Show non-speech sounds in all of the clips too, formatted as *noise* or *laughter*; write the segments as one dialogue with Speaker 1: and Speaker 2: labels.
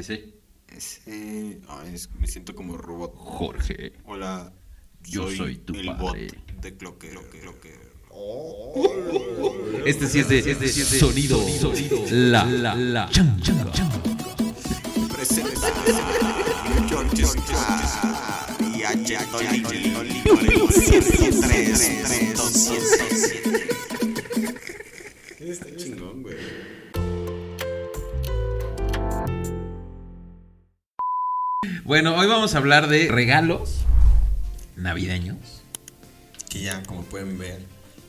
Speaker 1: Sí.
Speaker 2: Ese- eh, ay, es- me siento como robot.
Speaker 1: Jorge. ¿eh?
Speaker 2: Hola,
Speaker 1: Yo soy tu
Speaker 2: el
Speaker 1: padre.
Speaker 2: bot de Clocker. Clocker, Clocker.
Speaker 1: Este sí es de, es de sonido. La, la, la. Changa.
Speaker 2: Presenta y Chingón, güey.
Speaker 1: Bueno, hoy vamos a hablar de regalos navideños.
Speaker 2: Que ya, como pueden ver,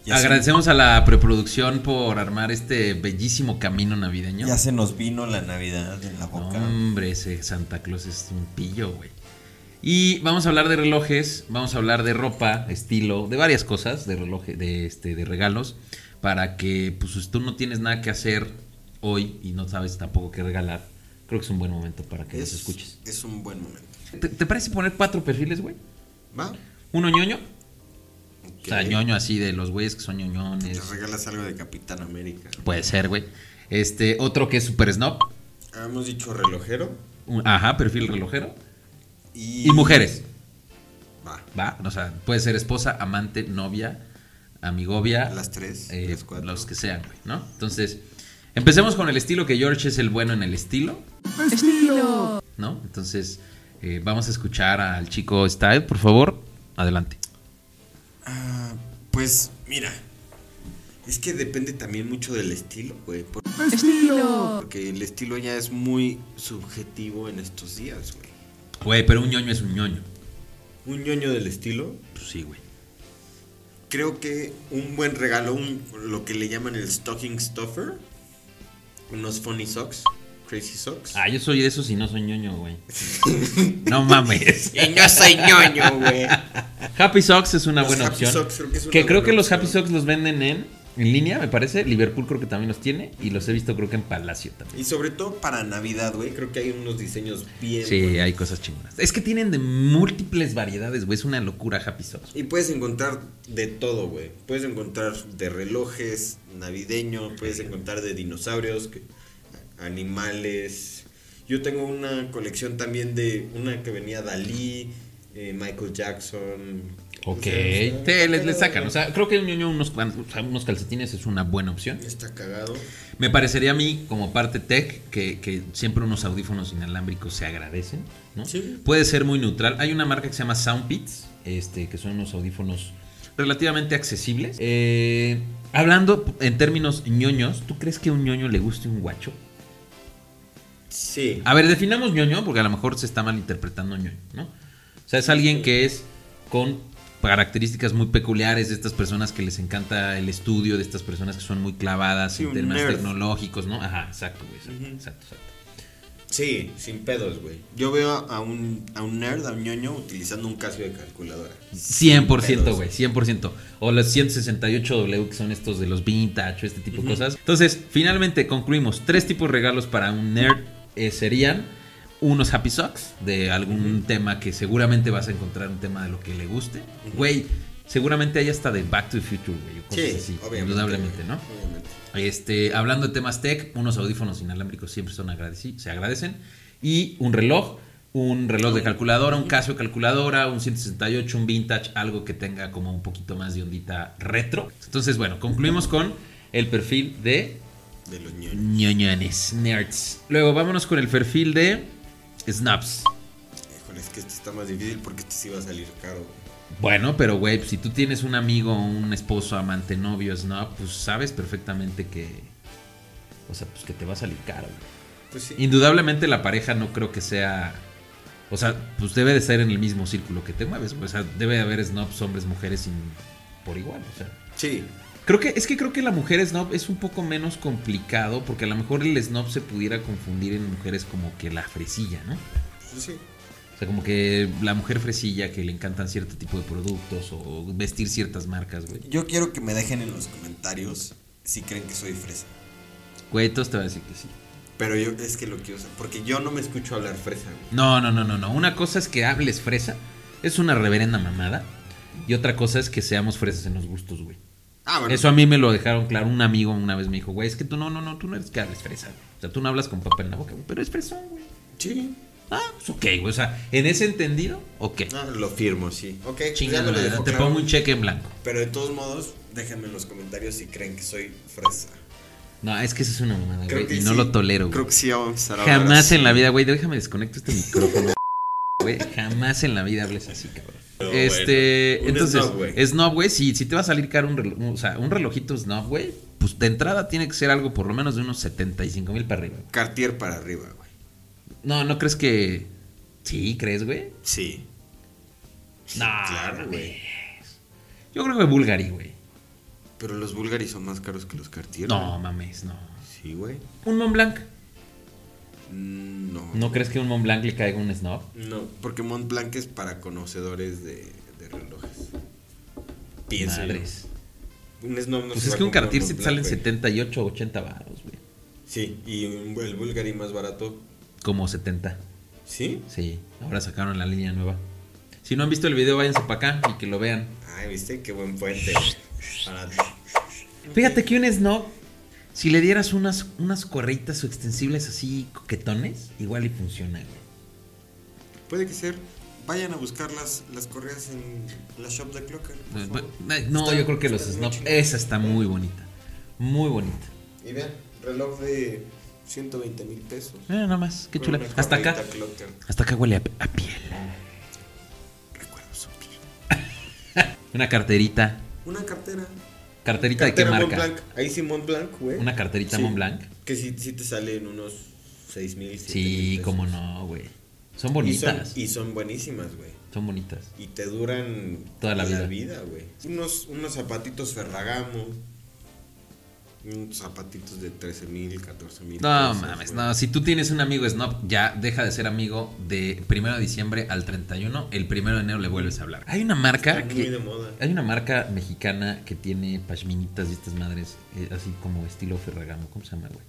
Speaker 1: Agradecemos a la preproducción por armar este bellísimo camino navideño.
Speaker 3: Ya se nos vino la Navidad en la
Speaker 1: No,
Speaker 3: boca.
Speaker 1: Hombre, ese Santa Claus es un pillo, güey. Y vamos a hablar de relojes, vamos a hablar de ropa, estilo, de varias cosas, de relojes, de este, de regalos, para que, pues, si tú no tienes nada que hacer hoy y no sabes tampoco qué regalar, creo que es un buen momento para que nos escuches.
Speaker 2: Es un buen momento.
Speaker 1: ¿Te, te parece poner cuatro perfiles, güey?
Speaker 2: ¿Va?
Speaker 1: Uno ñoño,
Speaker 2: Ok.
Speaker 1: o sea, ñoño así de los güeyes que son ñoñones.
Speaker 2: Te regalas algo de Capitán América.
Speaker 1: Puede ser, güey. Este, otro que es super snob,
Speaker 2: Habíamos dicho relojero
Speaker 1: un- ajá, perfil relojero.
Speaker 2: y.
Speaker 1: Y mujeres.
Speaker 2: Va.
Speaker 1: Va, o sea, puede ser esposa, amante, novia, amigovia.
Speaker 2: Las tres,
Speaker 1: eh,
Speaker 2: las cuatro.
Speaker 1: Los que sean, güey, ¿no? Entonces, empecemos con el estilo, que George es el bueno en el estilo,
Speaker 4: Estilo.
Speaker 1: ¿no? Entonces, eh, vamos a escuchar al chico Style, por favor. Adelante.
Speaker 2: Ah, pues mira, es que depende también mucho del estilo, güey. por-
Speaker 4: Estilo.
Speaker 2: Porque el estilo ya es muy subjetivo en estos días, güey.
Speaker 1: Güey, pero un ñoño es un ñoño.
Speaker 2: Un ñoño del estilo,
Speaker 1: Pues sí, güey.
Speaker 2: creo que un buen regalo, un- lo que le llaman el stocking stuffer, unos funny socks, crazy socks.
Speaker 1: Ah, yo soy de esos y no soy ñoño, güey. *laughs* No mames.
Speaker 2: Y yo soy ñoño, güey.
Speaker 1: Happy Socks es una
Speaker 2: Los
Speaker 1: buena
Speaker 2: Happy
Speaker 1: opción.
Speaker 2: Socks creo que es una
Speaker 1: creo
Speaker 2: buena
Speaker 1: que los
Speaker 2: opción.
Speaker 1: Happy Socks los venden en, en línea, me parece. Liverpool creo que también los tiene. Y los he visto creo que en Palacio también.
Speaker 2: Y sobre todo para Navidad, güey, creo que hay unos diseños bien.
Speaker 1: Sí,
Speaker 2: buenos.
Speaker 1: hay cosas chingonas. Es que tienen de múltiples variedades, güey. Es una locura Happy Socks.
Speaker 2: Y puedes encontrar de todo, güey. Puedes encontrar de relojes, navideño, puedes encontrar de dinosaurios, que- animales. Yo tengo una colección también de una que venía Dalí, eh, Michael Jackson.
Speaker 1: Ok.
Speaker 2: O sea,
Speaker 1: Sí,
Speaker 2: está-
Speaker 1: les, les sacan. O sea, creo que un ñoño, unos, cuan- o sea, unos calcetines es una buena opción.
Speaker 2: Está cagado.
Speaker 1: Me parecería a mí, como parte tech, que, que siempre unos audífonos inalámbricos se agradecen, ¿no?
Speaker 2: Sí.
Speaker 1: Puede ser muy neutral. Hay una marca que se llama Soundbeats, este, que son unos audífonos relativamente accesibles. Eh, hablando en términos ñoños, ¿tú crees que a un ñoño le guste un guacho?
Speaker 2: Sí.
Speaker 1: A ver, definamos ñoño, porque a lo mejor se está malinterpretando ñoño, ¿no? O sea, es alguien que es con características muy peculiares de estas personas que les encanta el estudio, de estas personas que son muy clavadas
Speaker 2: Sí,
Speaker 1: en
Speaker 2: un
Speaker 1: temas
Speaker 2: nerd.
Speaker 1: tecnológicos, ¿no? Ajá, exacto, güey, exacto,
Speaker 2: Ujú.
Speaker 1: exacto, exacto.
Speaker 2: Sí, sin pedos, güey. Yo veo a un, a un nerd, a un ñoño, utilizando un Casio de calculadora.
Speaker 1: 100%,
Speaker 2: pedos.
Speaker 1: güey, 100%. O los 168W, que son estos de los vintage, o este tipo de cosas. Entonces, finalmente concluimos. Tres tipos de regalos para un nerd eh, serían unos happy socks de algún tema que seguramente vas a encontrar un tema de lo que le guste. Güey, seguramente hay hasta de Back to the Future, güey. o cosas
Speaker 2: Sí,
Speaker 1: así,
Speaker 2: obviamente.
Speaker 1: Indudablemente,
Speaker 2: güey,
Speaker 1: ¿no?
Speaker 2: Obviamente.
Speaker 1: Este, hablando de temas tech, unos audífonos inalámbricos siempre son agradeci- se agradecen. Y un reloj, un reloj de calculadora, un Casio calculadora, un 168, un vintage, algo que tenga como un poquito más de ondita retro. Entonces, bueno, concluimos con el perfil de
Speaker 2: De los ñoños.
Speaker 1: ñoñones, nerds. Luego vámonos con el perfil de snaps.
Speaker 2: Híjole, es que este está más difícil porque este sí va a salir caro, güey.
Speaker 1: Bueno, pero güey, pues, si tú tienes un amigo, un esposo, amante, novio, snap, pues sabes perfectamente que... O sea, pues que te va a salir caro, güey.
Speaker 2: Pues sí.
Speaker 1: Indudablemente la pareja no creo que sea. O sea, pues debe de ser en el mismo círculo que te mueves. O sea, debe de haber snobs, hombres, mujeres sin, por igual. O sea.
Speaker 2: Sí,
Speaker 1: Creo que, es que creo que la mujer snob es un poco menos complicado, porque a lo mejor el snob se pudiera confundir en mujeres como que la fresilla, ¿no?
Speaker 2: pues sí.
Speaker 1: O sea, como que la mujer fresilla que le encantan cierto tipo de productos o vestir ciertas marcas, güey.
Speaker 3: Yo quiero que me dejen en los comentarios si creen que soy fresa.
Speaker 1: Güey, todos te van a decir que sí.
Speaker 2: Pero yo es que lo quiero saber. Porque yo no me escucho hablar fresa, güey.
Speaker 1: No, no, no, no, no. Una cosa es que hables fresa, es una reverenda mamada. Y otra cosa es que seamos fresas en los gustos, güey.
Speaker 2: Ah,
Speaker 1: Eso a mí me lo dejaron claro. Un amigo una vez me dijo, güey, es que tú no, no, no, tú no eres que hables fresa. güey. O sea, tú no hablas con papel en la boca, güey, pero es fresón, güey.
Speaker 2: Sí.
Speaker 1: Ah, pues ok, güey. O sea, en ese entendido, ok.
Speaker 2: Ah, lo firmo, sí. Ok, pues ya me
Speaker 1: Chingada,
Speaker 2: lo
Speaker 1: madre,
Speaker 2: dejó
Speaker 1: te
Speaker 2: claro.
Speaker 1: pongo un cheque en blanco.
Speaker 2: Pero de todos modos, déjenme en los comentarios si creen que soy fresa.
Speaker 1: No, es que eso es una mamada,
Speaker 2: Creo
Speaker 1: güey.
Speaker 2: que
Speaker 1: Y no
Speaker 2: sí.
Speaker 1: lo tolero,
Speaker 3: Creo
Speaker 1: güey.
Speaker 3: que sí vamos a empezar a hablar
Speaker 1: Jamás
Speaker 3: así.
Speaker 1: en la vida, güey. Déjame desconecto este micrófono. Güey, jamás en la vida hables así, cabrón.
Speaker 2: No,
Speaker 1: este,
Speaker 2: bueno. Un
Speaker 1: entonces,
Speaker 2: snob, güey.
Speaker 1: snob, güey, si, si te va a salir caro un, reloj, o sea, un relojito snob, güey, pues de entrada tiene que ser algo por lo menos de unos 75 mil para arriba.
Speaker 2: Cartier para arriba, güey.
Speaker 1: No, ¿no crees que...? Sí, ¿crees, güey?
Speaker 2: Sí.
Speaker 1: No,
Speaker 2: claro,
Speaker 1: no
Speaker 2: güey.
Speaker 1: Yo creo que Bulgari, güey.
Speaker 3: Pero los Bulgari son más caros que los Cartier.
Speaker 1: No, mames, no.
Speaker 3: Sí, güey.
Speaker 1: Un Mont Blanc.
Speaker 3: Mm, No.
Speaker 1: ¿No crees que un Mont Blanc le caiga un snob?
Speaker 2: No, porque Mont Blanc es para conocedores de, de relojes. Pienso. yo.
Speaker 1: Madres.
Speaker 2: Un snob no
Speaker 1: Pues
Speaker 2: se
Speaker 1: es
Speaker 2: va
Speaker 1: que
Speaker 2: a
Speaker 1: un
Speaker 2: comprar
Speaker 1: Cartier sí
Speaker 2: Mont
Speaker 1: te
Speaker 2: Blanc,
Speaker 1: salen
Speaker 2: güey.
Speaker 1: 78 o 80 baros, güey.
Speaker 2: Sí, y un- el Bulgari más barato.
Speaker 1: Como 70.
Speaker 2: ¿Sí?
Speaker 1: Sí, ahora sacaron la línea nueva. Si no han visto el video, váyanse para acá y que lo vean.
Speaker 2: Ay, ¿viste? Qué buen puente. güey. Barato.
Speaker 1: Fíjate que un snob, si le dieras unas, unas correitas o extensibles así coquetones, igual y funciona, güey.
Speaker 3: Puede que ser. Vayan a buscar las, las correas en la shop de Clocker. por
Speaker 1: Eh,
Speaker 3: favor.
Speaker 1: eh, No, yo creo que los snob, esa está muy bonita. Muy bonita.
Speaker 2: Y vean, reloj de 120 mil pesos.
Speaker 1: Mira Eh, nada más, Ah, qué
Speaker 2: Con
Speaker 1: chula.
Speaker 2: una
Speaker 1: Hasta acá,
Speaker 2: correita Clocker.
Speaker 1: hasta acá huele a, a piel.
Speaker 3: Recuerdos son bien.
Speaker 1: Una carterita,
Speaker 2: Una cartera.
Speaker 1: carterita
Speaker 2: Cartera
Speaker 1: de qué
Speaker 2: Mont
Speaker 1: marca?
Speaker 2: Blanc. Ahí sí Mont Blanc, güey.
Speaker 1: Una carterita
Speaker 2: Sí.
Speaker 1: Mont Blanc.
Speaker 2: Que sí, sí te salen unos 6 mil.
Speaker 1: Sí, cómo no, güey. Son
Speaker 2: Y son,
Speaker 1: bonitas.
Speaker 2: y son buenísimas, güey.
Speaker 1: Son bonitas.
Speaker 2: Y te duran
Speaker 1: Toda la vida.
Speaker 2: güey. Unos, unos zapatitos Ferragamo. Unos zapatitos de 13 mil, 14 mil.
Speaker 1: No mames, no. Si tú tienes un amigo snob, ya deja de ser amigo de 1 de diciembre al 31. El 1 de enero le vuelves a hablar. Hay una marca
Speaker 2: Está muy
Speaker 1: que.
Speaker 2: de moda.
Speaker 1: Hay una marca mexicana que tiene pashminitas y estas madres, eh, así como estilo Ferragamo. ¿Cómo se llama, güey?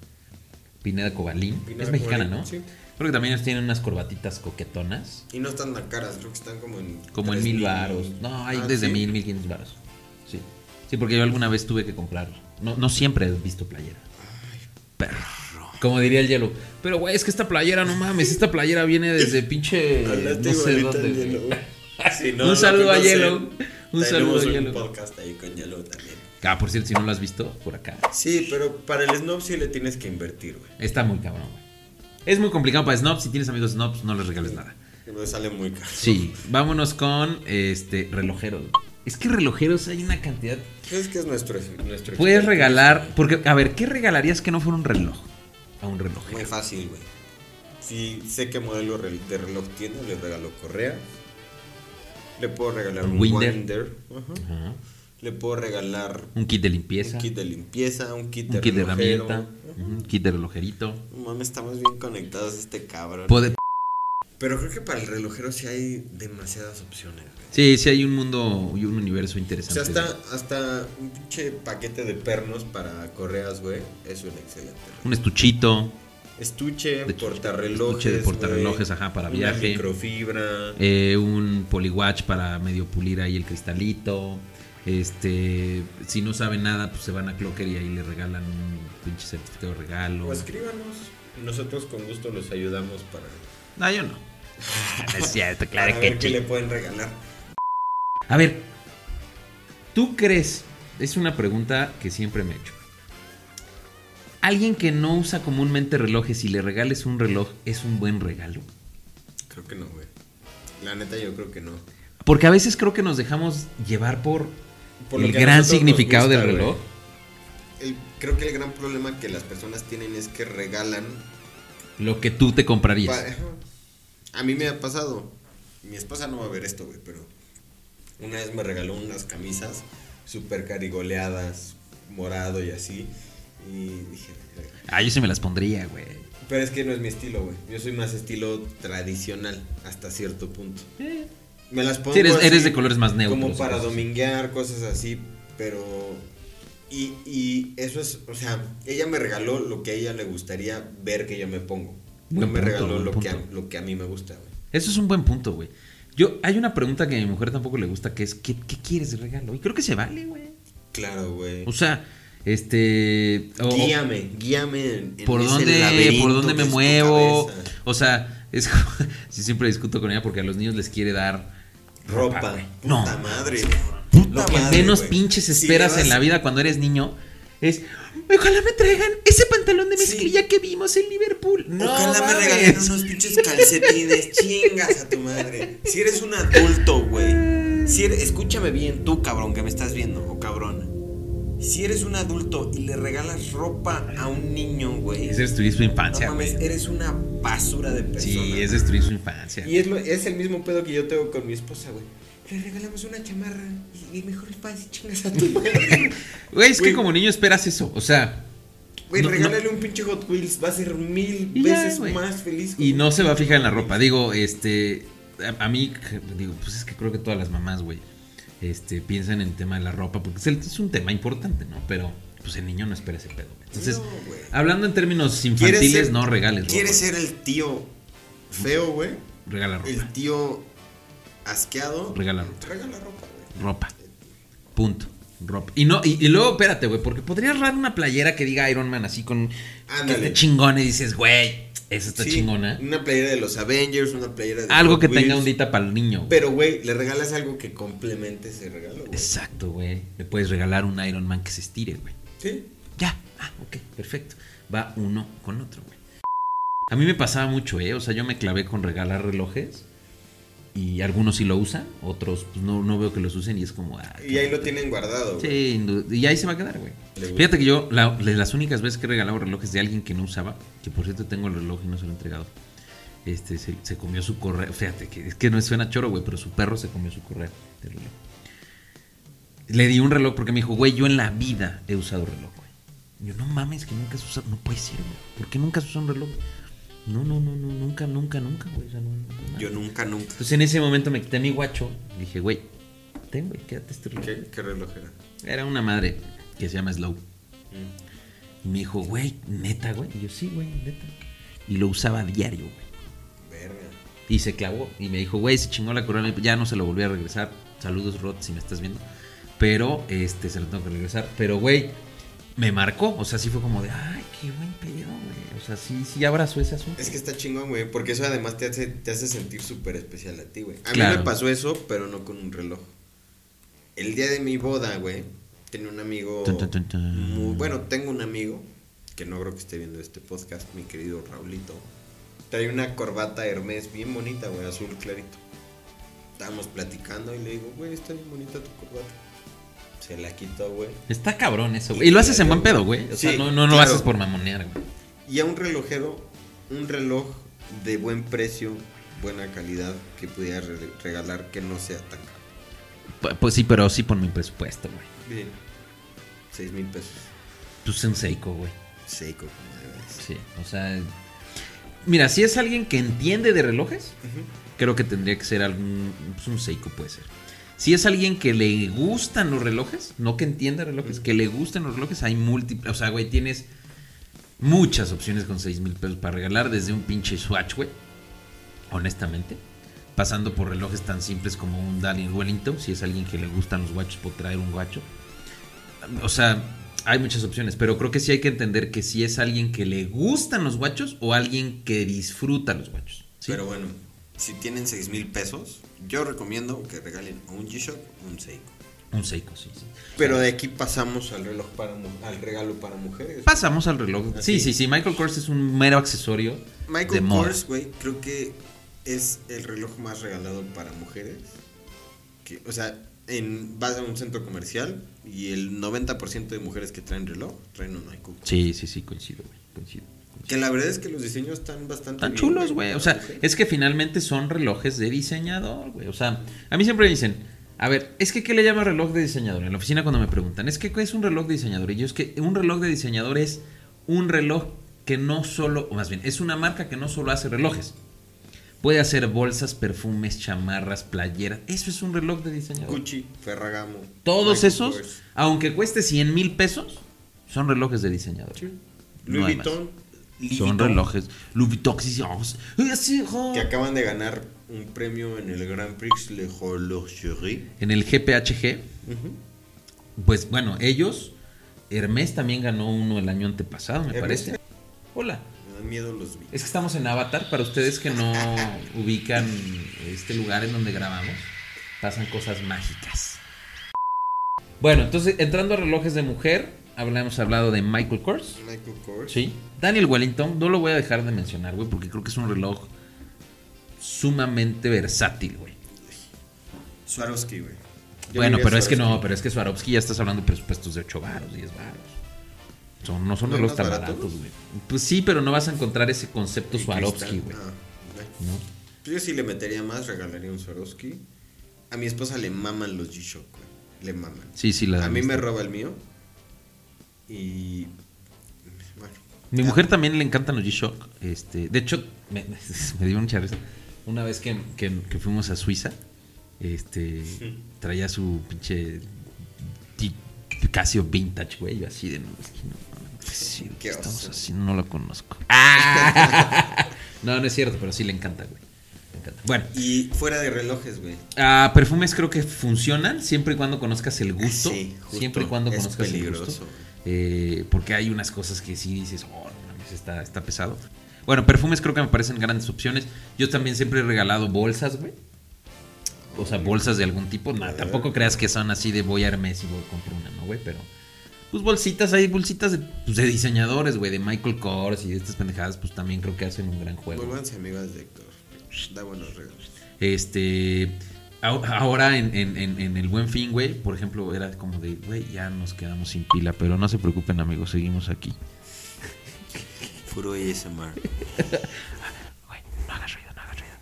Speaker 1: Pineda Cobalín.
Speaker 2: Pineda
Speaker 1: es mexicana,
Speaker 2: Cobalín,
Speaker 1: ¿no?
Speaker 2: sí.
Speaker 1: Creo que también ellos tienen unas corbatitas coquetonas,
Speaker 2: Y no están tan caras, creo que están como en.
Speaker 1: como en
Speaker 2: 3,000.
Speaker 1: mil varos. No, hay
Speaker 2: Ah,
Speaker 1: desde
Speaker 2: ¿sí?
Speaker 1: mil, mil quinientos varos. Sí. Sí, porque yo alguna vez tuve que comprar. No, no siempre he visto playera. Perro. Como diría el hielo. Pero, güey, es que esta playera, no mames, esta playera viene desde pinche.
Speaker 2: Hablaste
Speaker 1: Eh, No sé
Speaker 2: este igualito
Speaker 1: dónde.
Speaker 2: al Yellow,
Speaker 1: güey.
Speaker 2: güey. Si no
Speaker 1: Un
Speaker 2: lo
Speaker 1: saludo a
Speaker 2: conocen,
Speaker 1: Yellow. Un
Speaker 2: tenemos
Speaker 1: saludo a
Speaker 2: un
Speaker 1: Yellow.
Speaker 2: podcast ahí con Yellow también.
Speaker 1: Ah, por cierto, si no lo has visto, por acá.
Speaker 2: Sí, pero para el snob sí le tienes que invertir, güey.
Speaker 1: Está muy cabrón, güey. Es muy complicado para snobs. Si tienes amigos snobs, no les regales nada.
Speaker 2: Me sale muy caro.
Speaker 1: Sí, vámonos con este relojeros. Es que relojeros hay una cantidad.
Speaker 2: Es que es nuestro, nuestro
Speaker 1: Puedes
Speaker 2: expertise,
Speaker 1: regalar.
Speaker 2: güey.
Speaker 1: Porque, a ver, ¿qué regalarías que no fuera un reloj? A un reloj.
Speaker 2: Muy fácil, güey. Si sé qué modelo rel- de reloj tiene, le regalo correa. Le puedo regalar
Speaker 1: Un
Speaker 2: un
Speaker 1: Winder.
Speaker 2: Winder. ajá.
Speaker 1: Ajá.
Speaker 2: Le puedo regalar
Speaker 1: Un kit de limpieza.
Speaker 2: un kit de limpieza, un kit de,
Speaker 1: un kit de
Speaker 2: relojero.
Speaker 1: herramienta, un kit de relojerito.
Speaker 3: No mames, estamos bien conectados a este cabrón.
Speaker 1: Puede-
Speaker 2: Pero creo que para el relojero sí hay demasiadas opciones, güey.
Speaker 1: Sí, sí hay un mundo y un universo
Speaker 2: O sea,
Speaker 1: interesante.
Speaker 2: hasta, hasta un pinche paquete de pernos para correas, güey, es un excelente reloj.
Speaker 1: Un estuchito,
Speaker 2: Estuche,
Speaker 1: De-
Speaker 2: portarrelojes.
Speaker 1: estuche de portarrelojes,
Speaker 2: güey,
Speaker 1: ajá, para
Speaker 2: una
Speaker 1: viaje.
Speaker 2: microfibra.
Speaker 1: eh, un poliwatch para medio pulir ahí el cristalito. Este, si no saben nada, pues se van a Clocker y ahí le regalan un pinche certificado de regalo.
Speaker 2: O escríbanos. Nosotros con gusto los ayudamos para,
Speaker 1: No, yo no. *laughs* No es cierto, claro
Speaker 2: para
Speaker 1: que
Speaker 2: ver qué
Speaker 1: sí.
Speaker 2: le pueden regalar.
Speaker 1: A ver, ¿tú crees? Es una pregunta que siempre me he hecho. ¿Alguien que no usa comúnmente relojes y le regales un reloj es un buen regalo?
Speaker 2: Creo que no, güey. La neta, yo creo que no.
Speaker 1: Porque a veces creo que nos dejamos llevar por,
Speaker 2: Por lo
Speaker 1: el
Speaker 2: que a
Speaker 1: gran
Speaker 2: nosotros nos
Speaker 1: significado
Speaker 2: gusta,
Speaker 1: del
Speaker 2: güey.
Speaker 1: reloj.
Speaker 2: El- creo que el gran problema que las personas tienen es que regalan.
Speaker 1: Lo que tú te comprarías.
Speaker 2: pa- ajá. A mí me ha pasado. Mi esposa no va a ver esto, güey, pero una vez me regaló unas camisas súper carigoleadas, morado y así. Y dije, "Verga".
Speaker 1: Ah, yo sí me las pondría, güey.
Speaker 2: pero es que no es mi estilo, güey. Yo soy más estilo tradicional hasta cierto punto. Me las pongo.
Speaker 1: Sí, eres, eres
Speaker 2: así.
Speaker 1: de colores más neutros.
Speaker 2: como para
Speaker 1: cosas.
Speaker 2: dominguear, cosas así, pero... Y, y eso es, o sea, ella me regaló lo que a ella le gustaría ver que yo me pongo. No
Speaker 1: Buen
Speaker 2: me
Speaker 1: punto,
Speaker 2: regaló
Speaker 1: buen
Speaker 2: lo que, a,
Speaker 1: punto.
Speaker 2: lo que a mí me gusta, güey.
Speaker 1: Eso es un buen punto, güey. Yo, hay una pregunta que a mi mujer tampoco le gusta, que es, ¿qué, qué quieres de regalo? Y creo que se vale, güey.
Speaker 2: Claro, güey.
Speaker 1: O sea, este... Pues, o- o-
Speaker 2: guíame, guíame en, en
Speaker 1: ¿Por
Speaker 2: ese
Speaker 1: dónde,
Speaker 2: laberinto
Speaker 1: por dónde
Speaker 2: que
Speaker 1: me
Speaker 2: es tu
Speaker 1: muevo?
Speaker 2: cabeza.
Speaker 1: O sea, Es como- *laughs* sí, siempre discuto con ella porque a los niños les quiere dar
Speaker 2: Ropa.
Speaker 1: güey. No.
Speaker 2: Puta madre.
Speaker 1: Lo
Speaker 2: Puta
Speaker 1: que
Speaker 2: madre,
Speaker 1: menos
Speaker 2: güey.
Speaker 1: pinches
Speaker 2: Si le
Speaker 1: esperas
Speaker 2: vas-
Speaker 1: en la vida cuando eres niño es. Ojalá me traigan ese pantalón de
Speaker 2: Sí.
Speaker 1: mezclilla que vimos en Liverpool. No,
Speaker 2: Ojalá me
Speaker 1: mames.
Speaker 2: regalen unos pinches
Speaker 1: *laughs*
Speaker 2: calcetines. Chingas a tu madre. Si eres un adulto, güey. Si eres- escúchame bien, tú, cabrón, que me estás viendo, o cabrona. Si eres un adulto y le regalas ropa a un niño, güey.
Speaker 1: Es destruir su
Speaker 2: No
Speaker 1: infancia,
Speaker 2: mames,
Speaker 1: güey.
Speaker 2: eres una basura de persona.
Speaker 1: Sí, es destruir su infancia.
Speaker 2: Y es, lo- es el mismo pedo que yo tengo con mi esposa, güey. Le regalamos una chamarra y, y mejor paz
Speaker 1: *laughs*
Speaker 2: chingas a tu madre.
Speaker 1: Güey, es que
Speaker 2: Güey.
Speaker 1: como niño esperas eso. O sea,
Speaker 2: Güey,
Speaker 1: No, no.
Speaker 2: regálale un pinche Hot Wheels, va a ser mil
Speaker 1: Y ya,
Speaker 2: veces
Speaker 1: güey.
Speaker 2: más feliz.
Speaker 1: Y
Speaker 2: con-
Speaker 1: no se va a fijar en la ropa. Digo, este. A, a mí, c- digo, pues es que creo que todas las mamás, güey, este, piensan en el tema de la ropa, porque es, el- es un tema importante, ¿no? Pero, pues el niño no espera ese pedo. güey. Entonces,
Speaker 2: No, güey.
Speaker 1: hablando en términos
Speaker 3: ¿Quieres
Speaker 1: infantiles,
Speaker 3: ser-
Speaker 1: no regales ropa.
Speaker 3: ¿Quieres ser el tío feo, güey?
Speaker 1: Regala ropa.
Speaker 3: El tío asqueado.
Speaker 1: Regala ropa.
Speaker 3: Regala ropa, güey.
Speaker 1: Ropa. Punto. Ropa. Y no, y, y luego, espérate, güey, porque podrías raro una playera que diga Iron Man así con. Que
Speaker 2: Ándale.
Speaker 1: esté chingón y dices, güey, esa está
Speaker 2: Sí,
Speaker 1: chingona. ¿eh?
Speaker 2: Una playera de los Avengers, una playera de.
Speaker 1: Algo
Speaker 2: Hot
Speaker 1: que tenga
Speaker 2: Wheels.
Speaker 1: un dita para el niño. güey.
Speaker 2: Pero, güey, le regalas algo que complemente ese regalo, güey.
Speaker 1: Exacto, güey. Le puedes regalar un Iron Man que se estire, güey.
Speaker 2: Sí.
Speaker 1: Ya. Ah, ok, perfecto. Va uno con otro, güey. A mí me pasaba mucho, ¿eh? O sea, yo me clavé con regalar relojes. Y algunos sí lo usan, otros pues, no, no veo que los usen y es como... ah,
Speaker 2: Y ahí lo tienen guardado, güey.
Speaker 1: Sí, indu- y ahí se va a quedar, güey.
Speaker 2: Le gusta.
Speaker 1: Fíjate que yo, la- de las únicas veces que he regalado relojes de alguien que no usaba, que por cierto tengo el reloj y no se lo he entregado, este, se, se comió su correo. Fíjate, que es que no suena choro, güey, pero su perro se comió su correo del reloj. Le di un reloj porque me dijo, güey, yo en la vida he usado reloj, güey. Yo, no mames, que nunca has usado, no puede ser, güey. ¿Por qué nunca has usado un reloj? No, no, no, no, nunca, nunca, nunca, güey. o sea, no, no, no.
Speaker 3: Yo nunca, nunca.
Speaker 1: Entonces en ese momento me quité mi guacho y dije, güey, ten, güey, quédate este reloj.
Speaker 3: ¿Qué, qué reloj era?
Speaker 1: Era una madre que se llama Slow.
Speaker 2: Mm.
Speaker 1: Y me dijo, güey, neta, güey. Y yo, sí, güey, neta. Y lo usaba a diario, güey.
Speaker 2: Verga.
Speaker 1: Y se clavó. Y me dijo, güey, se chingó la corona. Ya no se lo volví a regresar. Saludos, Rod, si me estás viendo. Pero, este, se lo tengo que regresar. Pero, güey, me marcó. O sea, sí fue como de, ay, qué buen pedo, güey. O sea, sí, sí abrazó ese asunto.
Speaker 2: Es que está chingón, güey, porque eso además te hace, te hace sentir súper especial a ti, güey. A mí
Speaker 1: Claro.
Speaker 2: me pasó eso, pero no con un reloj. El día de mi boda, güey, tenía un amigo...
Speaker 1: Tun, tun, tun, tun.
Speaker 2: muy- bueno, tengo un amigo, que no creo que esté viendo este podcast, mi querido Raulito. Trae una corbata Hermes bien bonita, güey, azul clarito. Estábamos platicando y le digo, güey, está bien bonita tu corbata. Se la quitó, güey.
Speaker 1: Está cabrón eso, güey. Y lo haces en buen pedo, güey. O sea,
Speaker 2: Sí,
Speaker 1: no, no lo
Speaker 2: claro.
Speaker 1: haces por mamonear, güey.
Speaker 2: Y a un relojero, un reloj de buen precio, buena calidad, que pudiera re- regalar que no sea tan caro.
Speaker 1: Pu- Pues sí, pero sí por mi presupuesto, güey.
Speaker 2: Bien. Seis mil pesos.
Speaker 1: Pues un Seiko, güey.
Speaker 2: Seiko, como debe de ser.
Speaker 1: Sí, o sea. Mira, si es alguien que entiende de relojes, creo que tendría que ser algún. Pues un Seiko puede ser. Si es alguien que le gustan los relojes, no que entienda relojes, que le gustan los relojes, hay múltiples. O sea, güey, tienes muchas opciones con 6 mil pesos para regalar, desde un pinche Swatch, güey. Honestamente. Pasando por relojes tan simples como un Daniel Wellington, si es alguien que le gustan los guachos, puede traer un guacho. O sea, hay muchas opciones, pero creo que sí hay que entender que si es alguien que le gustan los guachos o alguien que disfruta los guachos. ¿sí?
Speaker 3: Pero bueno, si tienen seis mil pesos, yo recomiendo que regalen o un G-Shock o un Seiko.
Speaker 1: Un Seiko, sí, sí.
Speaker 2: Pero de aquí pasamos al reloj para mu- al regalo para mujeres.
Speaker 1: Pasamos al reloj. Sí,
Speaker 2: Así.
Speaker 1: sí, sí. Michael Kors es un mero accesorio. de
Speaker 3: Michael
Speaker 1: moda.
Speaker 3: Kors, güey, creo que es el reloj más regalado para mujeres.
Speaker 2: Que- o sea, en, vas a un centro comercial y el 90% de mujeres que traen reloj traen un Michael.
Speaker 1: Sí, sí, sí, coincido, güey. Coincido.
Speaker 2: Que la verdad es que los diseños están bastante
Speaker 1: Están
Speaker 2: bien,
Speaker 1: chulos, güey. O sea,
Speaker 2: para mujer.
Speaker 1: es que finalmente son relojes de diseñador, güey. O sea, a mí siempre me dicen, a ver, es que ¿qué le llama reloj de diseñador? En la oficina cuando me preguntan, es que ¿qué es un reloj de diseñador? Y yo es que un reloj de diseñador es un reloj que no solo, o más bien, es una marca que no solo hace relojes. Puede hacer bolsas, perfumes, chamarras, playeras. Eso es un reloj de diseñador.
Speaker 2: Gucci, Ferragamo.
Speaker 1: Todos
Speaker 2: Michael
Speaker 1: esos,
Speaker 2: Kors,
Speaker 1: aunque cueste 100 mil pesos, son relojes de diseñador.
Speaker 2: Louis
Speaker 1: No hay más.
Speaker 2: Vuitton. Louis
Speaker 1: Son
Speaker 2: Vuitton,
Speaker 1: relojes. Louis Vuitton, sí, sí, oh, sí, eh, sí, oh.
Speaker 2: Que acaban de ganar un premio en el Grand Prix Le Horlogerie.
Speaker 1: en el GPHG. Pues bueno, ellos, Hermes también ganó uno el año antepasado, me
Speaker 2: Hermes.
Speaker 1: parece. Hola.
Speaker 2: dan miedo los vi.
Speaker 1: Es que estamos en Avatar, para ustedes que no ubican este lugar en donde grabamos, pasan cosas mágicas. Bueno, entonces, entrando a relojes de mujer, hablamos hablado de Michael Kors.
Speaker 2: Michael Kors.
Speaker 1: Sí. Daniel Wellington, no lo voy a dejar de mencionar, güey, porque creo que es un reloj sumamente versátil, güey.
Speaker 2: Swarovski, güey. Yo
Speaker 1: Bueno,
Speaker 2: diría
Speaker 1: pero es que
Speaker 2: Swarovski.
Speaker 1: no, pero es que Swarovski ya estás hablando de presupuestos de 8 varos, 10 varos. Son, no son
Speaker 2: ¿No hay
Speaker 1: relojes
Speaker 2: más
Speaker 1: tan
Speaker 2: baratos?
Speaker 1: baratos, güey. Pues sí, pero no vas a encontrar ese concepto
Speaker 2: El
Speaker 1: Swarovski,
Speaker 2: cristal.
Speaker 1: güey.
Speaker 2: Ah, bueno.
Speaker 1: ¿no?
Speaker 2: Pues yo sí le metería más, regalaría un Swarovski. A mi esposa le maman los G-Shock, güey. Le maman.
Speaker 1: Sí, sí, la
Speaker 2: a mí me roba el mío. Y. Bueno.
Speaker 1: Mi
Speaker 2: Ya.
Speaker 1: mujer también le encantan los G-Shock. Este, de hecho, me, *laughs* me dio mucha risa. Una vez que, que- que fuimos a Suiza, este, traía su pinche G- Casio vintage, güey, yo así de no, es que no, no, no, sí, güey,
Speaker 2: Qué
Speaker 1: estamos
Speaker 2: oso. Ah.
Speaker 1: así, no lo conozco. *laughs* No, no es cierto, pero sí le encanta, güey. Le encanta. Bueno,
Speaker 2: Y fuera de relojes, güey.
Speaker 1: ah, perfumes creo que funcionan siempre y cuando conozcas el gusto.
Speaker 2: Sí, justo.
Speaker 1: siempre y cuando
Speaker 2: Es
Speaker 1: conozcas el gusto.
Speaker 2: peligroso.
Speaker 1: Eh, porque hay unas cosas que sí dices, oh, no mames, está, está pesado. Bueno, perfumes creo que me parecen grandes opciones. Yo también siempre he regalado bolsas, güey. O sea, bolsas de algún tipo. No, tampoco creas que son así de voy a Hermes y voy a comprar una, ¿no, güey? Pero, pues bolsitas, hay bolsitas de, pues, de diseñadores, güey, de Michael Kors y de estas pendejadas, pues también creo que hacen un gran juego.
Speaker 2: Vuelvanse amigos de Héctor. Da buenos regalos.
Speaker 1: Este. au- Ahora en, en- en- en el buen fin, güey, por ejemplo, era como de, güey, ya nos quedamos sin pila, pero no se preocupen, amigos, seguimos aquí.
Speaker 2: Puro ASMR.
Speaker 1: Güey, no hagas ruido, no hagas ruido.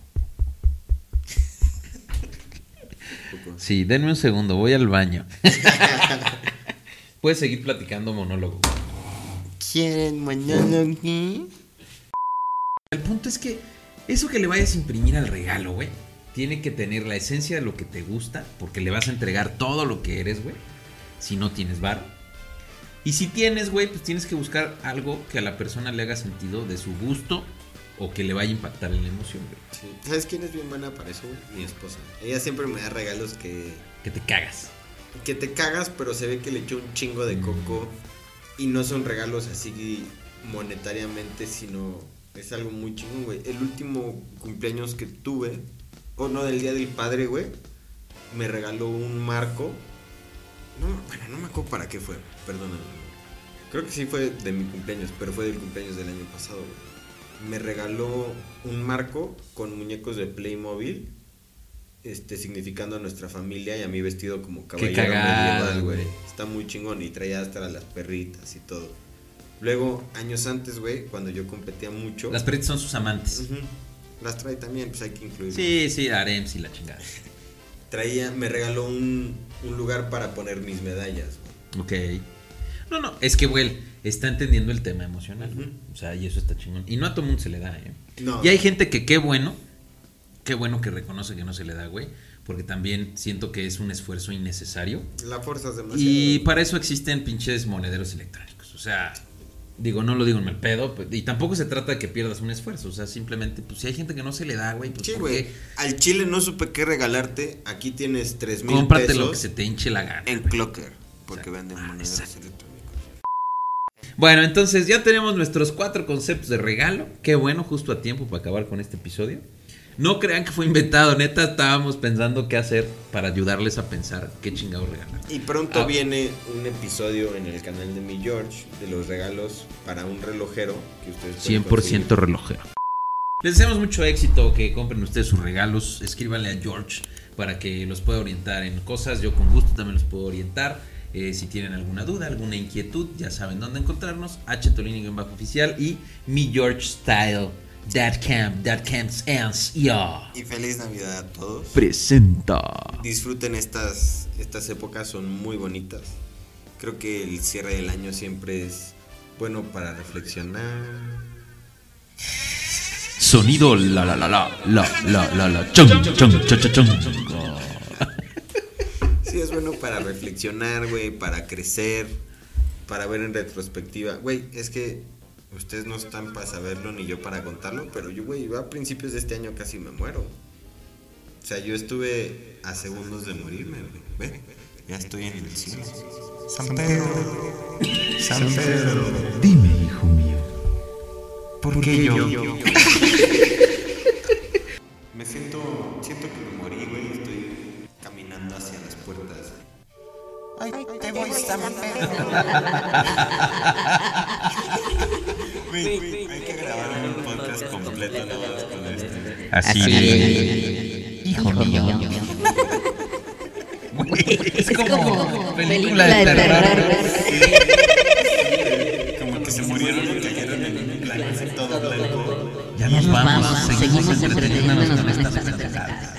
Speaker 1: Sí, denme un segundo, voy al baño. *laughs* Puedes seguir platicando monólogo.
Speaker 2: *laughs* ¿Quieren monólogo?
Speaker 1: El punto es que eso que le vayas a imprimir al regalo, güey, tiene que tener la esencia de lo que te gusta, porque le vas a entregar todo lo que eres, güey, si no tienes varo. Y si tienes, güey, pues tienes que buscar algo que a la persona le haga sentido de su gusto o que le vaya a impactar en la emoción, güey.
Speaker 2: Sí. ¿Sabes quién es bien buena para eso? güey? Mi esposa. Ella siempre me da regalos que.
Speaker 1: Que te cagas.
Speaker 2: que te cagas, pero se ve que le echó un chingo de coco. Y no son regalos así monetariamente, sino es algo muy chingón, güey. El último cumpleaños que tuve, o no, del Día del Padre, güey, me regaló un marco. No, bueno, no me acuerdo para qué fue, perdóname. Creo que sí fue de mi cumpleaños, pero fue del cumpleaños del año pasado, güey. Me regaló un marco con muñecos de Playmobil este, significando a nuestra familia y a mí vestido como caballero
Speaker 1: cagado,
Speaker 2: medieval, güey.
Speaker 1: güey.
Speaker 2: Está muy chingón y traía hasta a las perritas y todo. Luego, años antes, güey, cuando yo competía mucho,
Speaker 1: Las perritas son sus amantes.
Speaker 2: Ujú. las trae también, pues hay que incluir.
Speaker 1: Sí, sí, harems y la chingada.
Speaker 2: Traía, me regaló un, un lugar para poner mis medallas, güey.
Speaker 1: Ok. No, no, es que, güey, está entendiendo el tema emocional. güey.
Speaker 2: Ujú.
Speaker 1: O sea, y eso está chingón. Y no a todo mundo se le da, ¿eh?
Speaker 2: No.
Speaker 1: Y hay gente que qué bueno, qué bueno que reconoce que no se le da, güey. Porque también siento que es un esfuerzo innecesario.
Speaker 2: La fuerza es demasiado.
Speaker 1: Y
Speaker 2: güey.
Speaker 1: para eso existen pinches monederos electrónicos. O sea, digo, no lo digo en mal pedo. pe- Y tampoco se trata de que pierdas un esfuerzo. O sea, simplemente, pues si hay gente que no se le da, güey, pues
Speaker 2: Sí,
Speaker 1: ¿por
Speaker 2: güey.
Speaker 1: qué?
Speaker 2: Al chile no supe qué regalarte. Aquí tienes tres mil
Speaker 1: cómprate
Speaker 2: pesos
Speaker 1: lo que se te hinche la gana.
Speaker 2: en
Speaker 1: güey.
Speaker 2: Clocker, porque
Speaker 1: Exacto.
Speaker 2: venden
Speaker 1: Ah,
Speaker 2: monedas
Speaker 1: exacto.
Speaker 2: electrónicas.
Speaker 1: Bueno, entonces ya tenemos nuestros cuatro conceptos de regalo. Qué bueno, justo a tiempo para acabar con este episodio. No crean que fue inventado, neta, estábamos pensando qué hacer para ayudarles a pensar qué chingado regalar.
Speaker 2: Y pronto
Speaker 1: Ah.
Speaker 2: viene un episodio en el canal de mi George de los regalos para un relojero que ustedes pueden
Speaker 1: 100%
Speaker 2: conseguir.
Speaker 1: relojero. Les deseamos mucho éxito, que compren ustedes sus regalos, escríbanle a George para que los pueda orientar en cosas, yo con gusto también los puedo orientar. Eh, si tienen alguna duda, alguna inquietud, ya saben dónde encontrarnos, bajo oficial y migeorgestyle.com, that camps ends, yeah.
Speaker 2: Y feliz Navidad a todos.
Speaker 1: Presenta.
Speaker 2: Disfruten estas, estas épocas, son muy bonitas. Creo que el cierre del año siempre es bueno para reflexionar.
Speaker 1: Sonido la la la la la la la la chung chung chung chung chung.
Speaker 2: Sí, es bueno para reflexionar, güey, para crecer, para ver en retrospectiva. Güey, es que ustedes no están para saberlo ni yo para contarlo, pero yo, güey, yo a principios de este año casi me muero. O sea, yo estuve a segundos de morirme, güey. Ve, ya estoy en el cielo.
Speaker 3: San Pedro. San Pedro.
Speaker 1: Dime, hijo mío, ¿Por qué yo?
Speaker 2: *laughs* Me siento, siento que me morí, güey. Estoy caminando hacia las puertas.
Speaker 5: Ay, te voy, San
Speaker 2: *laughs* Güey, güey, hay que grabar un podcast completo nada más con este.
Speaker 1: Así,
Speaker 5: Hijo mío.
Speaker 1: Es como película
Speaker 5: Película
Speaker 1: de
Speaker 5: de
Speaker 1: terror.
Speaker 5: terror.
Speaker 2: Como que se murieron y cayeron en un planeta todo blanco.
Speaker 1: Ya nos
Speaker 5: Nos
Speaker 1: vamos,
Speaker 5: vamos,
Speaker 1: seguimos
Speaker 5: seguimos
Speaker 1: entreteniéndonos con
Speaker 5: entreteniéndonos
Speaker 1: estas
Speaker 5: con estas
Speaker 1: pendejadas.